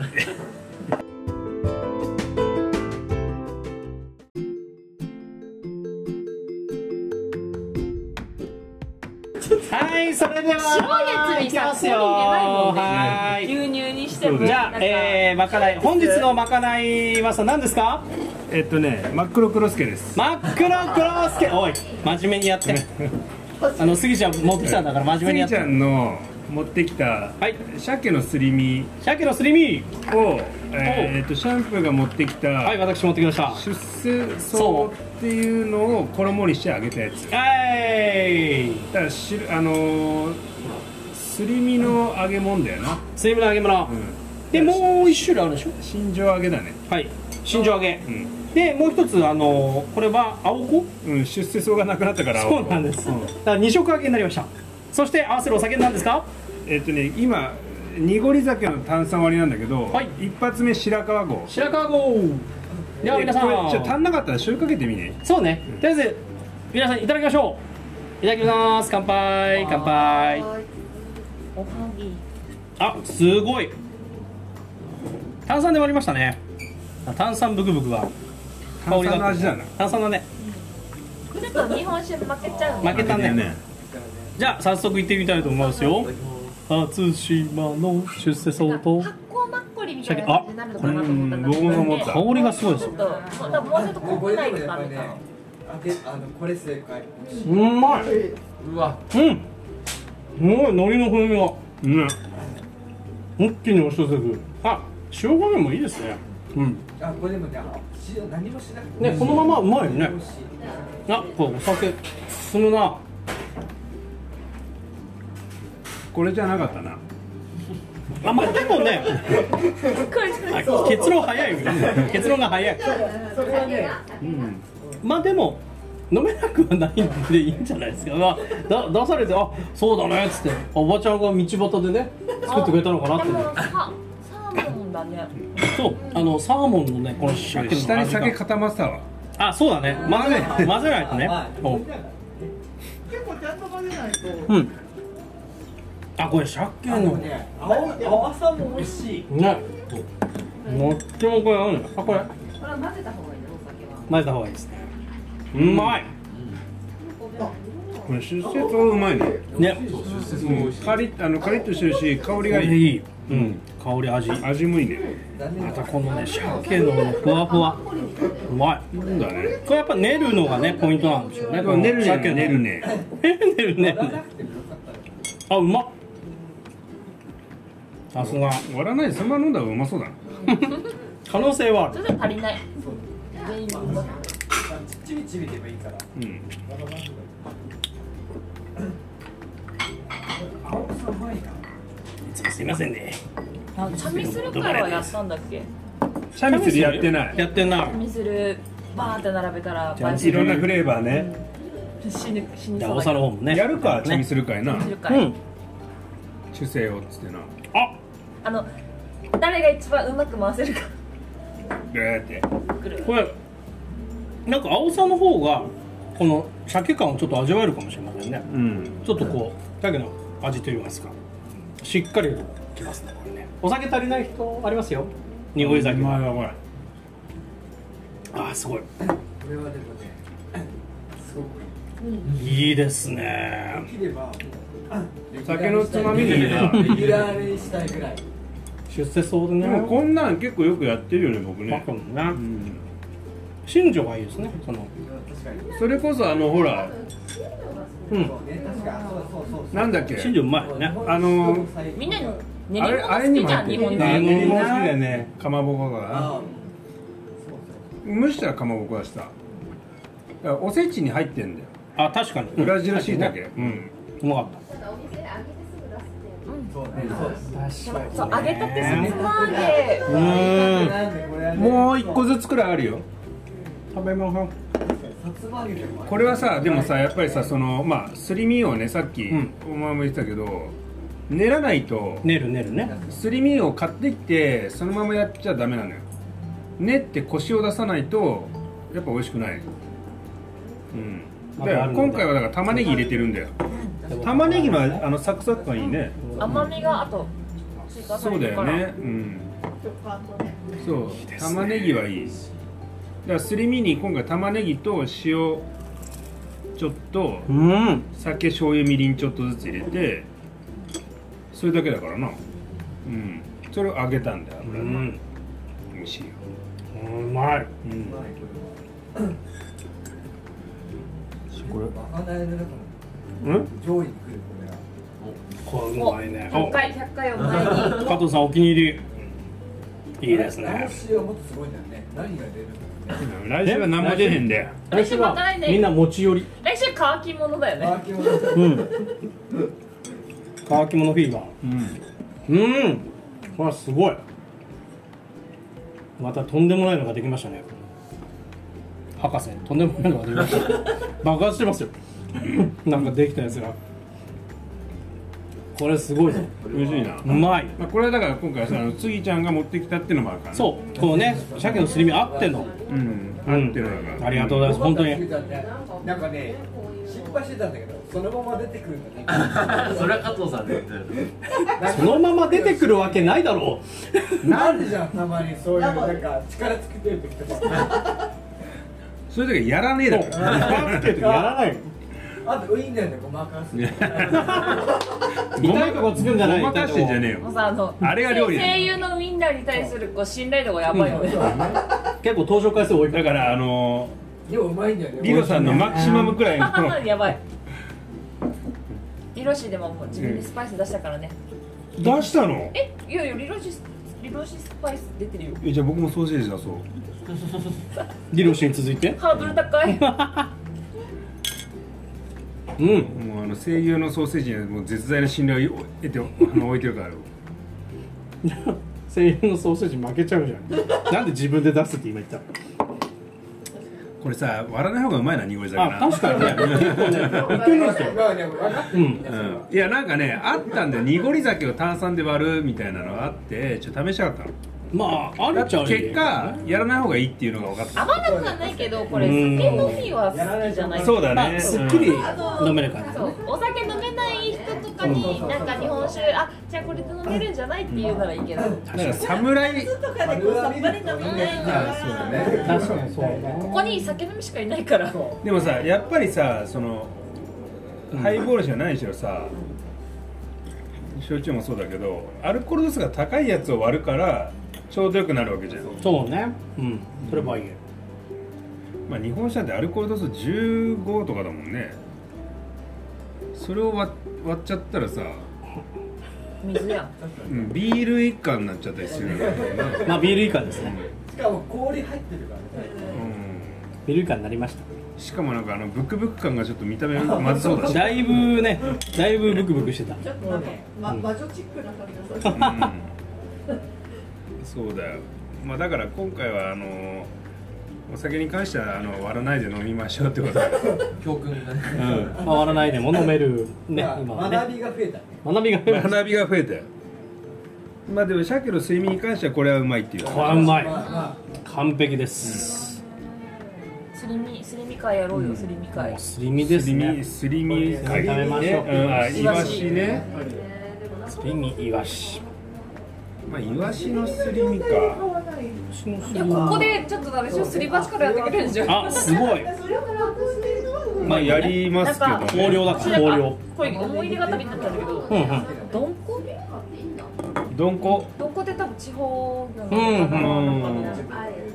Speaker 1: はいそれでは
Speaker 7: 白いやつ
Speaker 1: い
Speaker 7: に
Speaker 1: き
Speaker 7: さ
Speaker 1: ますよ
Speaker 7: 氷入れないもんね
Speaker 1: はい
Speaker 7: 牛乳にしても
Speaker 1: じゃ
Speaker 7: な
Speaker 1: あ、
Speaker 7: んか
Speaker 1: えー、まかない本日のまかないはさ何ですか
Speaker 3: えっとね真っ黒クロスケです
Speaker 1: 真っ黒クロスケおい真面目に やってあのスギちゃん持ってきたんだから真面
Speaker 3: ス
Speaker 1: 目にや
Speaker 3: ギ
Speaker 1: っ
Speaker 3: ち
Speaker 1: て
Speaker 3: ゃんの持ってきた
Speaker 1: はい
Speaker 3: 鮭のすり身
Speaker 1: 鮭のすり身
Speaker 3: をえーっとシャンプーが持ってき
Speaker 1: は
Speaker 3: た
Speaker 1: い私持ってきました
Speaker 3: 出世草っていうのを衣にして揚げたやつ
Speaker 1: はい
Speaker 3: だからしるあのーすり身の揚げもんだよな、
Speaker 1: すり身の揚げ物、
Speaker 3: うん、
Speaker 1: でもう一種類あるでしょ
Speaker 3: 新庄揚げだね
Speaker 1: はい新庄揚げ、
Speaker 3: うん、
Speaker 1: でもう一つあのこれは青子
Speaker 3: うん、出世草がなくなったから
Speaker 1: そうなんです、
Speaker 3: うん
Speaker 1: だから二色揚げになりましたそして合わせるお酒なんですか
Speaker 3: えっとね今濁り酒の炭酸割りなんだけど、
Speaker 1: はい
Speaker 3: 一発目白川郷
Speaker 1: 白川郷では皆さん
Speaker 3: えこれちょっと足んなかったら醤油かけてみね
Speaker 1: そうね、とりあえず皆さんいただきましょういただきます乾杯乾杯
Speaker 7: おはぎ
Speaker 1: あすごい炭酸で割りましたねあ炭酸ブクブクが香りが
Speaker 3: 炭酸の味だな
Speaker 1: 炭酸だね
Speaker 7: ちょっと日本酒負けちゃうね
Speaker 1: 負けたねじゃあ早速行ってみたいと思いますよ初島の出世相
Speaker 7: なん
Speaker 1: 当
Speaker 7: か発酵マッコリみたいな感じになるのかなと思ったんだけ
Speaker 3: あこれ
Speaker 7: ど
Speaker 3: うん僕も思った
Speaker 1: 香りがすごいです
Speaker 7: ちょ
Speaker 1: よ
Speaker 7: っともう多分もうちょっと濃くないとダメかな
Speaker 5: あであのこれ正解
Speaker 1: うまいう
Speaker 2: わ
Speaker 1: うんすごい海苔の風味が
Speaker 3: うん
Speaker 1: 一気に押し寄せてくるあ塩加減もいいですね
Speaker 3: うん
Speaker 5: あこれでもねあ塩何もしなくて
Speaker 1: ねこのままうまいね
Speaker 5: 美味しい
Speaker 1: あこれお酒進むな
Speaker 3: これじゃなかったな
Speaker 1: あまあでもねあ結論早いよね結論が早い
Speaker 5: それはね
Speaker 3: うん
Speaker 1: まあでも飲めなくはないんでいいんじゃないですか、まあ、だ出されて「あそうだね」っつっておばちゃんが道端でね作ってくれたのかなって
Speaker 7: で
Speaker 1: 思う
Speaker 7: もさサーモンだね
Speaker 1: そうあのサーモンのねこの
Speaker 3: あ
Speaker 1: 鮭
Speaker 3: れ
Speaker 1: の
Speaker 3: 下に
Speaker 1: 味が
Speaker 3: 酒固まってたわ
Speaker 1: あそうだね混ぜない混ぜないとね
Speaker 5: まあ
Speaker 1: お
Speaker 5: みんなが
Speaker 8: 結構ちゃんと混ぜないと
Speaker 1: うんあこれ鮭
Speaker 5: あ
Speaker 1: の
Speaker 5: の
Speaker 1: ね
Speaker 5: ね青青さも美味しい
Speaker 1: もっちもこれ合うねあこれ
Speaker 6: これは混ぜた方がいいねお酒は
Speaker 1: 混ぜた方がいいですねうまい
Speaker 3: これ出世糖うまいね
Speaker 1: ね
Speaker 2: そう出世する
Speaker 3: もうカリッあのカリッとしてるし香りがい
Speaker 1: い
Speaker 3: い
Speaker 1: いうん香り味
Speaker 3: 味もいいね
Speaker 5: 残念
Speaker 1: ま
Speaker 5: な
Speaker 1: たこのね鮭のふわふわうまい
Speaker 3: なんだね
Speaker 1: これやっぱ練るのがねポイントなんでしょうねこの
Speaker 3: 練るね
Speaker 1: 鮭の
Speaker 3: 練るね
Speaker 1: 練るね
Speaker 5: 割らなくてもよかったら
Speaker 1: あうまっさすが
Speaker 3: 割らないでそのまま飲んだ方がうまそうだな
Speaker 1: 可能性はあ
Speaker 7: ち
Speaker 1: る
Speaker 7: ょっと足りない全員分
Speaker 5: ちびちびでもいいから
Speaker 3: うん
Speaker 5: わがままとか言って青さうまいな
Speaker 1: すいませんね
Speaker 7: あチャミスルからはやったんだっけ
Speaker 3: シャミスルやってない
Speaker 1: やってんな
Speaker 7: チャミスルバーって並べたら
Speaker 1: チャミス
Speaker 3: い
Speaker 1: ル
Speaker 3: ろんなフレーバーね
Speaker 7: 死ぬ死に
Speaker 1: じゃあ
Speaker 7: そう
Speaker 1: お皿の方
Speaker 7: だけど
Speaker 1: もね
Speaker 3: やるか
Speaker 1: ね
Speaker 3: チャミスル会な
Speaker 7: チャミスル
Speaker 1: う
Speaker 7: 会
Speaker 1: ん
Speaker 3: 主世をっつってな
Speaker 1: あ
Speaker 7: あの誰が一番うまく回せるか
Speaker 3: グーって
Speaker 7: くる
Speaker 1: これなんか青さの方がこの鮭感をちょっと味わえるかもしれませんね
Speaker 3: うん
Speaker 1: ちょっとこう鮭の味といいますかしっかりときますねこれねお酒足りない人ありますよ濁り酒
Speaker 3: うまいわこれ
Speaker 1: あーすごい
Speaker 5: これはでもねすごくいい
Speaker 1: いいですね
Speaker 5: できれば
Speaker 3: 酒のつまみ
Speaker 5: レ
Speaker 3: でいいな
Speaker 5: ギュラーにしたいぐらい
Speaker 1: 出世そうでね
Speaker 3: でもこんなん結構よくやってるよね僕
Speaker 1: バ
Speaker 3: ね
Speaker 1: カもな
Speaker 3: うん
Speaker 1: 新庄がいいですねその
Speaker 5: 確かに
Speaker 3: それこそあのほら
Speaker 1: うん
Speaker 5: そうね確かそうそうそうそう
Speaker 3: なんだっけ
Speaker 1: 新庄うまいよね
Speaker 3: あのー
Speaker 7: みんな練り
Speaker 3: あ
Speaker 7: 物
Speaker 3: れあれ
Speaker 7: 好
Speaker 3: に
Speaker 7: き
Speaker 3: も
Speaker 7: じゃ
Speaker 3: 入
Speaker 7: ん
Speaker 3: って
Speaker 7: 日
Speaker 3: る
Speaker 7: 本
Speaker 3: ね
Speaker 1: ね
Speaker 7: 人
Speaker 3: 練り物好きだよねかまぼこが
Speaker 5: あーそう
Speaker 3: 蒸したらかまぼこだしさだからおせちに入ってんだよ
Speaker 1: あ確かに
Speaker 3: ブラジルしいたけうん
Speaker 1: うまかった
Speaker 6: だお店で揚げてすぐ出すっていう
Speaker 5: そうそうねそうです
Speaker 7: そう揚げたてさつま揚げ
Speaker 1: たうん
Speaker 5: なんでこれはね
Speaker 3: もう一個ずつくらいあるよ
Speaker 1: 食べましょう
Speaker 5: さつま揚げでもある
Speaker 3: これはさでもさやっぱりさそのまあすり身をねさっき
Speaker 1: うん
Speaker 3: お前も言ってたけど練らないと
Speaker 1: 練る練るね
Speaker 3: すり身を買ってきてそのままやっちゃダメなのよ練ってコシを出さないとやっぱ美味しくないうんだから今回はだから玉ねぎ入れてるんだよ玉ねぎのあのサクサク感いいね
Speaker 7: 甘みがあと追加さ
Speaker 3: そ
Speaker 7: れ
Speaker 3: う
Speaker 7: て
Speaker 3: だ
Speaker 7: る
Speaker 3: よ
Speaker 7: から
Speaker 3: ねうん
Speaker 8: 食感とね
Speaker 3: そう玉ねぎはいいだからすり身に今回玉ねぎと塩ちょっと
Speaker 1: うん
Speaker 3: 酒醤油みりんちょっとずつ入れてそれだけだからなうんそれを揚げたんだよ
Speaker 1: う
Speaker 3: 油で
Speaker 1: ん
Speaker 3: 美味しいよ、
Speaker 1: うまい
Speaker 3: うん
Speaker 5: うまいこ
Speaker 3: これ
Speaker 5: れはまかないの中の
Speaker 3: うん
Speaker 5: 上位に来るこ
Speaker 1: こ
Speaker 5: れは
Speaker 1: れうまいね
Speaker 7: 100回100回を前
Speaker 1: お
Speaker 7: に
Speaker 1: 加藤さんお気に入りいいです
Speaker 5: あ
Speaker 1: ね
Speaker 5: の塩はもっとすごいんだよね何が出るんだろうね
Speaker 3: 来週は何も出へんだよ
Speaker 7: 来週また来
Speaker 1: みん
Speaker 7: 年
Speaker 1: な持ち寄り
Speaker 7: 来週乾き物だよね
Speaker 5: 乾き物だ
Speaker 1: うん乾き物フィーバー
Speaker 3: うん
Speaker 1: うんこれはすごいまたとんでもないのができましたね博士とんでもないのができま した爆発してますよなんかできたやつがこれすごいぞ
Speaker 3: 美味しいな、
Speaker 1: うまい
Speaker 3: まあ、これはだから今回さあのつぎちゃんが持ってきたっていうのもあるからね
Speaker 1: そうこのね鮭のすり身合ってんの
Speaker 3: ううん
Speaker 1: う
Speaker 3: 合ってるの
Speaker 1: ん
Speaker 3: が
Speaker 1: ありがとうございます本当に
Speaker 5: なんかね心配してたんだけどそのまま出てくるんだね
Speaker 2: それは加藤さんで言ってる
Speaker 1: そのまま出てくるわけないだ ろう
Speaker 5: なんでじゃんたまにそういうなんか力つけてる時とか
Speaker 3: そういう時はやらねえだから
Speaker 9: バスケットやらな い
Speaker 5: あとウインナーでごまかす。
Speaker 9: 痛いとこつくんじゃない
Speaker 3: ごまかしてんじゃねえ
Speaker 7: もう
Speaker 3: よ
Speaker 7: さあの
Speaker 3: あれが料理だよ
Speaker 7: 声優のウインナーに対するこう信頼度がやばいよね、
Speaker 9: 結構登場回数多いから
Speaker 3: だからあの
Speaker 5: でもうまいんだよ
Speaker 3: ー
Speaker 5: ね。
Speaker 3: リロさんのマキシマムくらい の
Speaker 7: やばいリロシでももう自分でスパイス出したからね、
Speaker 3: 出したの
Speaker 7: えいやいやリロシリロシスパイス出てるよ
Speaker 3: えじゃあ僕もソーセージ出そう
Speaker 1: リロシに続いて
Speaker 7: ハードル高い
Speaker 1: うん
Speaker 3: もうあの声優のソーセージにはもう絶大な信頼を得てあの置いてるから
Speaker 9: 声優のソーセージ負けちゃうじゃんなんで自分で出すって今言ったの
Speaker 3: これさ割らない方がうまいな濁り魚
Speaker 9: あ確かにね結構ねびっくりなんですよ
Speaker 5: まあでも分かって
Speaker 9: うん
Speaker 3: うんいやなんかねあったんだよ濁り酒を炭酸で割るみたいなのがあってちょっと試したかったの
Speaker 1: まああるっちゃある
Speaker 3: 結果やらない方がいいっていうのが分かっ
Speaker 7: 合わなくはないけどこれ
Speaker 1: うん
Speaker 7: 酒飲みは好きじゃない
Speaker 3: たそうだ
Speaker 1: ま
Speaker 3: ね
Speaker 1: あすっきり
Speaker 3: うん
Speaker 1: 飲めるから
Speaker 7: そうお酒飲めない人とかになんか日本酒あじゃあこれで飲めるんじゃないって言うならいいけど
Speaker 3: だから侍
Speaker 8: とかでこうさっぱり飲みたいから
Speaker 3: あそうだね
Speaker 1: 確かにそう
Speaker 7: ここに酒飲みしかいないから
Speaker 3: でもさやっぱりさそのハイボールじゃないにしろさ焼酎もそうだけどアルコール度数が高いやつを割るからちょうどよくなるわけじゃん
Speaker 1: そうねうんそれはいい
Speaker 3: まあ、日本車ってアルコール度数15とかだもんねそれを割割っちゃったらさ、
Speaker 7: 水やん
Speaker 3: うん、ビール以下になっちゃったりするか らね、
Speaker 1: まあビール以下ですね
Speaker 5: しかも氷入ってるからね。
Speaker 1: ビール以下になりまし
Speaker 3: うん、しかもなんかあのブクブク感がちょっと見た目まずそうだ
Speaker 1: た
Speaker 3: し、
Speaker 1: だいぶねだいぶブクブクしてた
Speaker 8: ちょっとなんか、ま、魔女チックな感じがする
Speaker 3: うん、そうだよ、まあ、だから今回はあのお酒に関してはあの割らないで飲みましょうってことだよ、
Speaker 2: 教訓がね
Speaker 3: うん、
Speaker 1: 回らないでも飲めるね
Speaker 5: まあ
Speaker 1: 今は
Speaker 5: 学
Speaker 1: ね
Speaker 5: びが増えたね。
Speaker 1: 学びが増えました
Speaker 3: 学びが増えたよまあでも鮭の睡眠に関してはこれはうまいっていう
Speaker 1: これはうまい
Speaker 5: まあま
Speaker 1: 完璧です
Speaker 7: すり身すり身会やろうよすり身会
Speaker 1: もうすり身ですね
Speaker 3: すり身
Speaker 1: すり身食べましょう
Speaker 3: うんあイワシね
Speaker 1: すり身イワシ
Speaker 3: まあイワシのすり身か
Speaker 7: いやここでちょっとダメでしょすり鉢からやってくれるんでしょ
Speaker 1: あすごい
Speaker 8: それを楽しめるのは
Speaker 3: まあやりますけど
Speaker 7: なんか
Speaker 1: 豊漁だから豊漁
Speaker 7: これ思い出が旅になったんだけど
Speaker 1: うん
Speaker 7: どんこ
Speaker 3: どんこ
Speaker 7: どんこって多分地方魚
Speaker 1: う
Speaker 7: の
Speaker 1: ん
Speaker 3: う
Speaker 7: 魚
Speaker 3: ん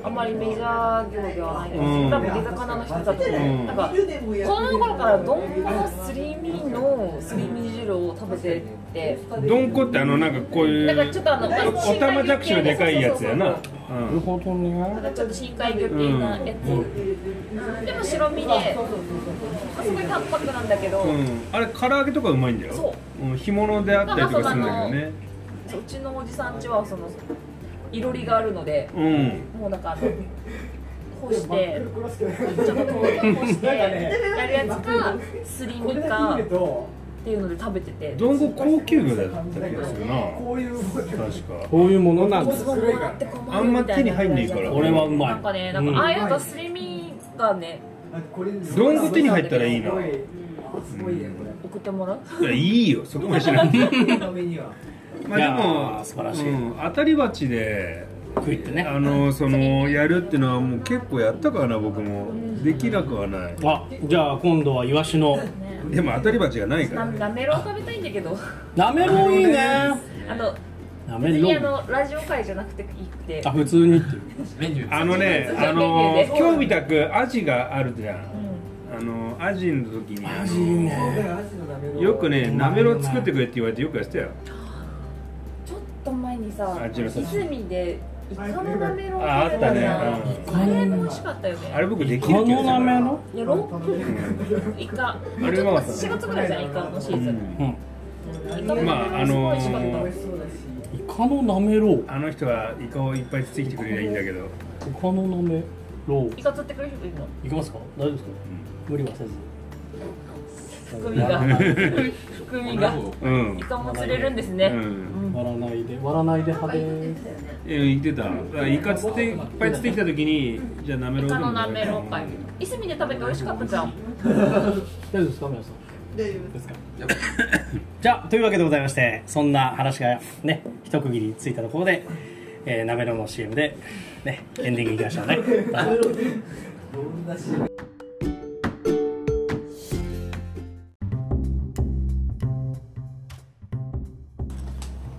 Speaker 7: あんまりメジャー魚ではないんですけ
Speaker 3: うん
Speaker 7: ど多分出魚の人たち
Speaker 3: うん
Speaker 7: なんか
Speaker 8: 昼でも
Speaker 7: 子
Speaker 8: や
Speaker 7: 供の頃からどんこのすり身のすり身汁を食べてて
Speaker 3: どんこってあのなんかこうい
Speaker 7: だからちょ
Speaker 3: う
Speaker 7: っとあの
Speaker 3: おたまじゃくしのでかいやつやなうん
Speaker 1: ほど
Speaker 7: なん
Speaker 1: ね
Speaker 7: かちょっと深海魚系なやつ、でも白身で、すごい淡白なんだけど、
Speaker 3: うんあれ唐揚げとかうまいんだよ
Speaker 7: そ
Speaker 3: うん干物であったりとかするんだけどね
Speaker 7: うちのおじさん家はそのいろりがあるので
Speaker 3: うん
Speaker 7: もうなんかあの干してちょっと豆腐干してやるやつかすり
Speaker 5: これ
Speaker 7: 身
Speaker 5: だ
Speaker 7: か
Speaker 5: け見る
Speaker 7: っ
Speaker 5: と
Speaker 7: ていうので食べてて
Speaker 3: どんこ高級魚だった気がするな
Speaker 5: こういう動きが
Speaker 3: 確か
Speaker 1: こういうものなんです
Speaker 5: すごいからね。
Speaker 3: あんま手に入んねえから
Speaker 1: これはうまい
Speaker 7: なんかねなんか、
Speaker 1: うん
Speaker 7: ああいうのがすり身がね
Speaker 3: どんこ手に入ったらいい
Speaker 5: す
Speaker 3: な
Speaker 5: ごい。すごいねこれ。
Speaker 7: 送ってもらう
Speaker 3: いやいいよそこまでしない
Speaker 5: このメニューは。
Speaker 3: まあで
Speaker 1: いやー
Speaker 3: も
Speaker 1: 素晴らしい
Speaker 3: うん当たり鉢で
Speaker 1: 食いってね
Speaker 3: あのそのやるっていうのはもう結構やったからな僕もできなくはない
Speaker 1: あじゃあ今度はイワシの
Speaker 3: でも当たり鉢がないから
Speaker 7: ななめろう食べたいんだけど
Speaker 1: なめろういいね
Speaker 7: あの
Speaker 1: な
Speaker 7: 別
Speaker 1: めろ
Speaker 7: にあ
Speaker 1: う
Speaker 7: のラジオ会じゃなくていいくて
Speaker 1: あ普通にっていう
Speaker 2: メニュー
Speaker 3: あのねあの
Speaker 7: メニューで
Speaker 3: 今日みたくアジがあるじゃんあのアジの時にあのよくねなめろ作ってくれって言われてよくやってたよ
Speaker 7: ちょっと前にさ
Speaker 3: あジロさん
Speaker 7: 泉でイカのなめろう
Speaker 3: ああったね
Speaker 7: 食べたじゃんあれも美味しかったよ
Speaker 3: あ
Speaker 7: ね
Speaker 3: れ僕で
Speaker 1: こ
Speaker 3: きる
Speaker 1: の
Speaker 3: 気がする
Speaker 1: なめろ
Speaker 7: やろうイカ
Speaker 3: あれうまかったね
Speaker 7: 4月ぐらいじゃんイカのシーズ
Speaker 1: う
Speaker 7: ン
Speaker 1: うん
Speaker 7: イカ
Speaker 3: ま
Speaker 7: のな
Speaker 3: ああ
Speaker 7: めろ
Speaker 3: の
Speaker 7: うすごい美味しかった
Speaker 1: イカのなめろう
Speaker 3: あの人はイカをいっぱいついてきてくれりゃいいんだけど
Speaker 1: イカのなめろう
Speaker 7: イカ釣ってくれる人いるの
Speaker 1: いきますか大丈夫ですか無理はせず
Speaker 7: 含みが含みが
Speaker 3: うん
Speaker 7: イカも釣れるんです
Speaker 3: う
Speaker 7: ね
Speaker 3: ん
Speaker 1: 割らないで割らないで派です
Speaker 3: え言ってただからイカつっていっぱいつってきた時にじゃあなめ
Speaker 7: イ
Speaker 3: ろうで
Speaker 7: カ
Speaker 3: も
Speaker 7: のなめろう会いすみで食べて美味しかったじゃ
Speaker 1: 大
Speaker 7: ん
Speaker 1: 丈夫ですか皆さん
Speaker 8: で
Speaker 1: じゃあというわけでございましてそんな話がね一区切りついたところで、えー、なめろうの CM でねエンディングいきましょうね。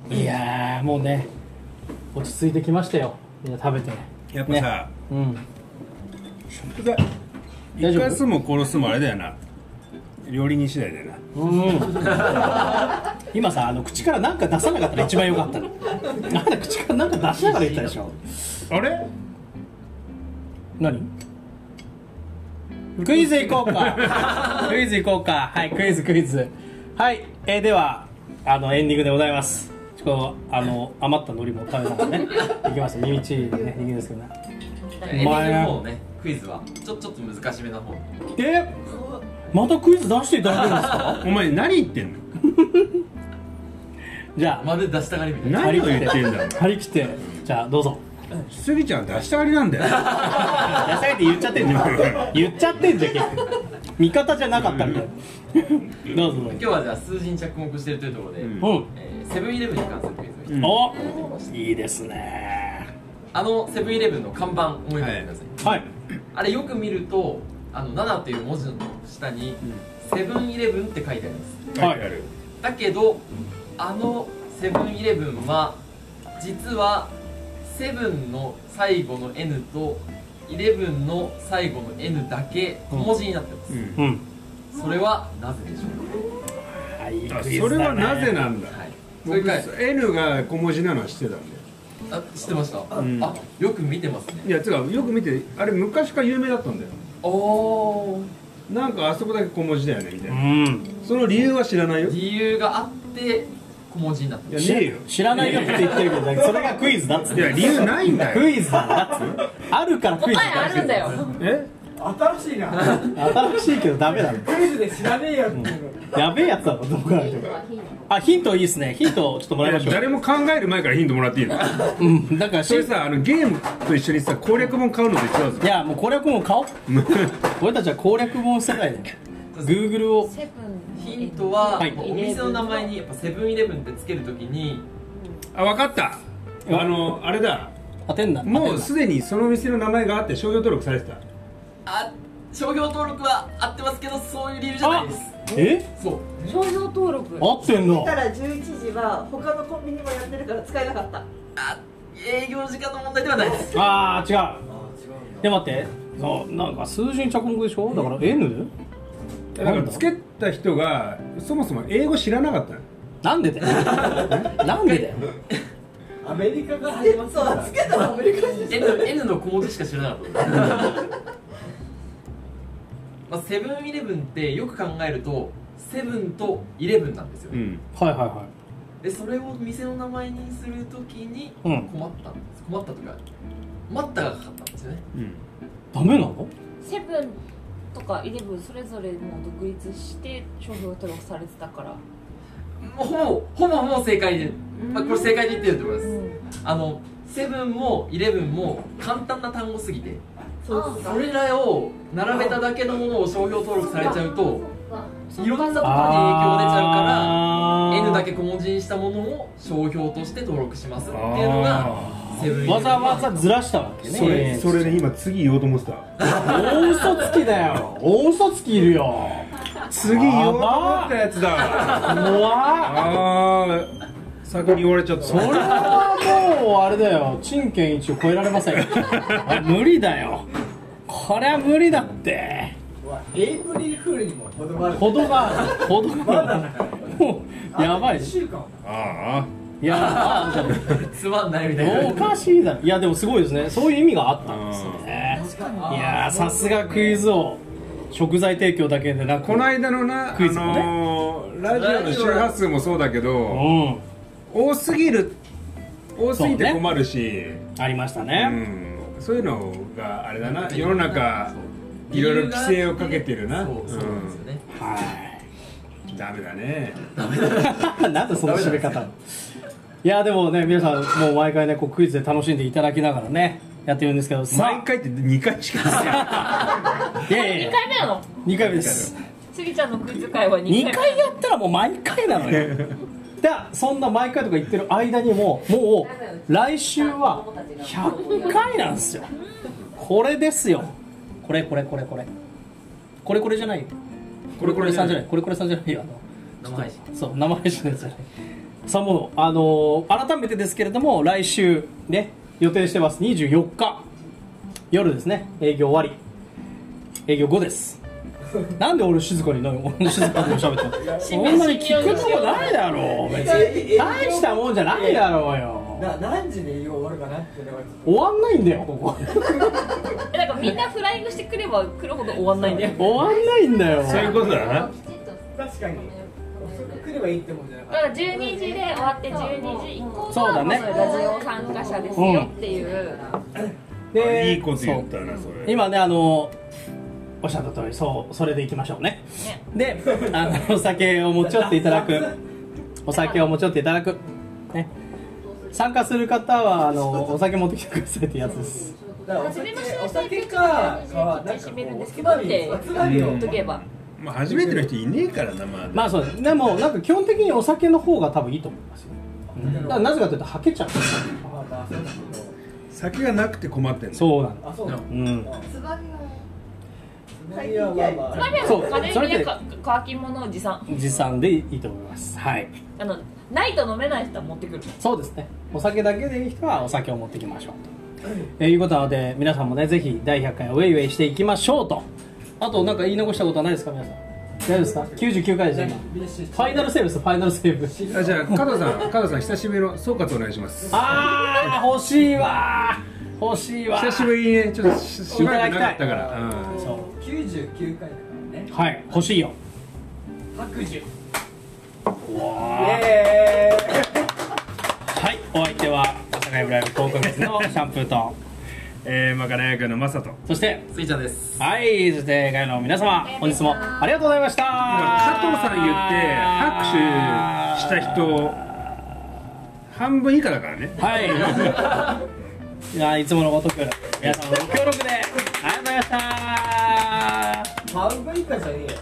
Speaker 1: いやーもうね落ち着いてきましたよみんな食べて
Speaker 3: やっぱさ、
Speaker 1: うん
Speaker 3: 食材
Speaker 1: 大
Speaker 3: 生
Speaker 1: 丈夫
Speaker 3: かすも殺すもあれだよな料理人次第だよな
Speaker 1: うん今さあの口から何か出さなかったら一番良かったのあんた口から何か出しながら言ったでしょ
Speaker 3: あれ
Speaker 1: 何クイズ行こうか クイズ行こうかはいクイズクイズはい、えーではあのエンディングでございますちょっとあの余った海苔も食べた んでねいきます耳ちいね人間ですけどね
Speaker 2: エンディングの方ねクイズはちょちょっと難しめな方
Speaker 1: えまたクイズ出していただけるんですか
Speaker 3: お前何言ってんの
Speaker 1: じゃあ
Speaker 2: まるで出したがりみたいな
Speaker 3: 何を言ってんだ
Speaker 1: 張り切ってじゃあどうぞ
Speaker 3: スギちゃん出したがりなんだよ
Speaker 1: 野菜って言っちゃってんじゃん言っちゃってんじゃん結構味方じゃなかったみたいなどうぞどう
Speaker 2: 今日はじゃあ数字に着目してるというところで、
Speaker 3: うん
Speaker 1: ぞ
Speaker 2: えーセブンイレブンに関するクイズを一つ
Speaker 1: うんおいいですね
Speaker 2: あのセブンイレブンの看板思い浮かべてください、
Speaker 1: はい
Speaker 2: あれよく見るとあの7という文字の下にセブンイレブンって書いてあります
Speaker 3: 書いてある
Speaker 2: だけどあのセブンイレブンは実はセブンの最後の N とイレブンの最後の N だけ小文字になってます、
Speaker 3: うん
Speaker 1: うん
Speaker 2: それはなぜでしょう
Speaker 1: あいい
Speaker 3: あ
Speaker 1: クイズだね
Speaker 3: それはなぜなんだ
Speaker 2: か、はい、それ
Speaker 3: 僕
Speaker 2: かい
Speaker 3: N が小文字なのは知ってたんだよ
Speaker 2: あ知ってました、
Speaker 3: ん
Speaker 2: あよく見てますね
Speaker 3: いやつうかよく見てあれ昔から有名だったんだよ
Speaker 2: おお
Speaker 3: なんかあそこだけ小文字だよねみたいうなんその理由は知らないよい
Speaker 2: 理由があって小文字になって
Speaker 3: や
Speaker 2: ます
Speaker 3: ねえよ
Speaker 1: 知らないよって言ってるけどだからそれがクイズだっつっ
Speaker 3: いや
Speaker 1: て
Speaker 3: 理由ないんだ
Speaker 1: ク
Speaker 3: よ
Speaker 1: イズだなっつってあるからクイズ
Speaker 7: 答えあるんだよ
Speaker 3: え
Speaker 5: 新しいな
Speaker 1: 新しいけどダメだろ
Speaker 5: クイズで知らねえよっていうの
Speaker 1: やべえやつだろどう考えてもあヒントいいですねヒントちょっともらいましょう
Speaker 3: 誰も考える前からヒントもらっていいの
Speaker 1: うんだからし
Speaker 3: それさあのゲームと一緒にさ攻略本買うのと一緒だぞ
Speaker 1: いやもう攻略本買おう俺たちは攻略本世代で Google を
Speaker 7: セブン
Speaker 2: ヒントは、
Speaker 1: はい
Speaker 2: お店の名前にやっぱセブンイレブンってつけるときに
Speaker 3: あ分かったあのあれだ
Speaker 1: 当てんな
Speaker 3: も
Speaker 1: 当てん
Speaker 3: う
Speaker 1: な
Speaker 3: すでにその店の名前があって商業登録されてた
Speaker 2: あ商業登録は合ってますけどそういう理由じゃないです
Speaker 1: え
Speaker 2: そう
Speaker 7: 商標登録
Speaker 1: 合ってんの
Speaker 8: たら11時は他のコンビニもやってるから使えなかった
Speaker 2: 営業時間の問題ではないです
Speaker 1: あー違ういや待ってあなんか数字に着目でしょだから N?
Speaker 3: だからつけた人がそもそも英語知らなかったの
Speaker 1: なんでだ よなんでだよ
Speaker 5: アメリカが始まったから
Speaker 8: つけたらアメリカ人
Speaker 2: N, N の小文字しか知らなかった まあセブンイレブンってよく考えるとセブンとイレブンなんですよ、
Speaker 3: う
Speaker 2: ね
Speaker 3: ん
Speaker 1: はいはいは
Speaker 2: でそれを店の名前にするときに
Speaker 1: うん
Speaker 2: 困ったんです、困ったというか待ったがかかったんですよね
Speaker 3: うん
Speaker 1: いダメなの
Speaker 7: セブンとかイレブンそれぞれもう独立して商標登録されてたから
Speaker 2: もうほぼほぼもう正解で、まあ、これ正解で言ってると思います、あのセブンもイレブンも簡単な単語すぎて
Speaker 8: そうです
Speaker 2: それらを並べただけのものを商標登録されちゃうといろんなところに影響出ちゃうから N だけ小文字にしたものを商標として登録ですますっていうのがセブンイレブン
Speaker 1: わざわざずらしたわけね
Speaker 3: それそれで今次言おうと思ってた
Speaker 1: 大嘘つきだよ大嘘つきいるよ
Speaker 3: 次言おうと思ったやつだ
Speaker 1: もわ
Speaker 3: あー先に言われちゃった
Speaker 1: それはもうあれだよ陳建一を超えられません よあれ無理だよこれは無理だって
Speaker 5: エイプリルフールにも程がある
Speaker 1: ほどがほどがもうやばい
Speaker 5: 一
Speaker 1: し
Speaker 5: 週間
Speaker 3: あ
Speaker 1: いやあじゃ
Speaker 2: つまんないみた
Speaker 1: あ
Speaker 2: い
Speaker 1: お
Speaker 2: な
Speaker 1: かしいだろいやでもすごいですねそういう意味があった
Speaker 3: あ
Speaker 1: んです
Speaker 3: うん
Speaker 1: ねいやーさすがクイズ王食材提供だけでなく
Speaker 3: この間のな、
Speaker 1: クイズもね
Speaker 3: あのーラジオの周波数もそうだけど
Speaker 1: うん
Speaker 3: 多すぎる多すぎ
Speaker 1: そう
Speaker 3: て
Speaker 1: ね
Speaker 3: 困るし
Speaker 1: ありました
Speaker 3: う,、
Speaker 1: ね、
Speaker 3: ん、そういうのがあれだな世の中いろいろ規制をかけてるな
Speaker 2: そうそうなんですよね、
Speaker 1: はい
Speaker 3: うんダメだね
Speaker 1: なんでその締め方いやでもね皆さんもう毎回ねこうクイズで楽しんでいただきながらねやってるんですけど
Speaker 3: 毎
Speaker 1: さ
Speaker 3: 回って2回しかない
Speaker 1: あいやいや
Speaker 7: 2
Speaker 1: いや
Speaker 7: 回目なの
Speaker 1: 2回目です
Speaker 7: スギちゃんのクイズ会は2
Speaker 1: 2
Speaker 7: 回
Speaker 1: 回やったらもう毎回なのよだからそんな毎回とか言ってる間にももう来週は100回なんですよこれですよこれこれこれこれこれこれじゃないよ
Speaker 3: これこれ
Speaker 1: さんじゃないこれこれさんじゃないよあの
Speaker 2: 生配信
Speaker 1: そう生配信ですよねさあもうあのー改めてですけれども来週ね予定してます24日夜ですね営業終わり営業5ですなんで俺静かに何俺の静かに喋ってんのそんなに聞くとこないだろう別に大したもんじゃないだろうよ
Speaker 5: な何時に営業終わるかなっていうのがちょっ
Speaker 1: 終わんないんだよここ
Speaker 7: えなんかみんなフライングしてくれば来るほど終わんないんだよ
Speaker 1: 終わんないんだよ
Speaker 3: そういうことだな
Speaker 6: きちっと
Speaker 5: と確かに遅く来ればいいってもんじゃな
Speaker 7: だ
Speaker 5: か
Speaker 7: か
Speaker 5: っ
Speaker 7: ら12時で終わって12時以降
Speaker 1: そうだ
Speaker 7: がま
Speaker 1: ね
Speaker 7: ずラジオ参加者ですよっていう、
Speaker 1: で
Speaker 3: いいこと言ったなそれ
Speaker 1: 今ねあのおっしゃった通りそうそれでいきましょうねであのお酒を持ち寄っていただくお酒を持ち寄っていただく、ね、参加する方はあのお酒持ってきてくださいってやつです
Speaker 5: ただからお
Speaker 7: 初め
Speaker 5: 酒
Speaker 7: まして
Speaker 5: お酒かかなんかこうおつまみおつまみを
Speaker 7: 言っとけば
Speaker 3: まあ初めての人いねえからなまあ
Speaker 1: まあそうですでもなんか基本的にお酒の方が多分いいと思いますよだからなぜかというとはけちゃう
Speaker 5: あまあそうだ
Speaker 3: 酒がなくて困ってんの
Speaker 1: そうなの
Speaker 5: あそうな
Speaker 1: う
Speaker 5: の
Speaker 1: ん
Speaker 6: つばみは
Speaker 5: つまみはまあまあ
Speaker 7: つまり
Speaker 1: そう
Speaker 7: は家
Speaker 1: それ
Speaker 7: 電
Speaker 1: で
Speaker 7: やか乾き物を持参
Speaker 1: 持参でいいと思いますはい
Speaker 7: あのないと飲めない人は持ってくる
Speaker 1: そうですねお酒だけでいい人はお酒を持ってきましょうということなので皆さんもねぜひ第100回をウェイウェイしていきましょうとあとなんか言い残したことはないですか皆さん大丈夫ですか99回です今ファイナルセーブですファイナルセーブ
Speaker 3: あじゃあ加藤さん加藤さん久しぶりの総括お願いします
Speaker 1: あー欲しいわー欲しいわー
Speaker 3: 久しぶりにねちょっとししばらくなかったか
Speaker 5: あ
Speaker 3: ら
Speaker 5: の
Speaker 3: うん
Speaker 1: そう
Speaker 5: 99回だからね
Speaker 1: はい欲しいよ
Speaker 5: 白寿イ
Speaker 1: わー
Speaker 5: エーイ
Speaker 1: はいお相手は「朝会ブライブ広告室」のシャンプーと
Speaker 3: えーまかない役のマサト
Speaker 1: そして
Speaker 2: スイちゃんです
Speaker 1: はいそして会の皆様本日もありがとうございました
Speaker 3: 加藤さん言って拍手した人半分以下だからね
Speaker 1: はい。 いやいつものごとく皆さんのご協力でありがとうございました。
Speaker 5: 半分以下じゃねえよ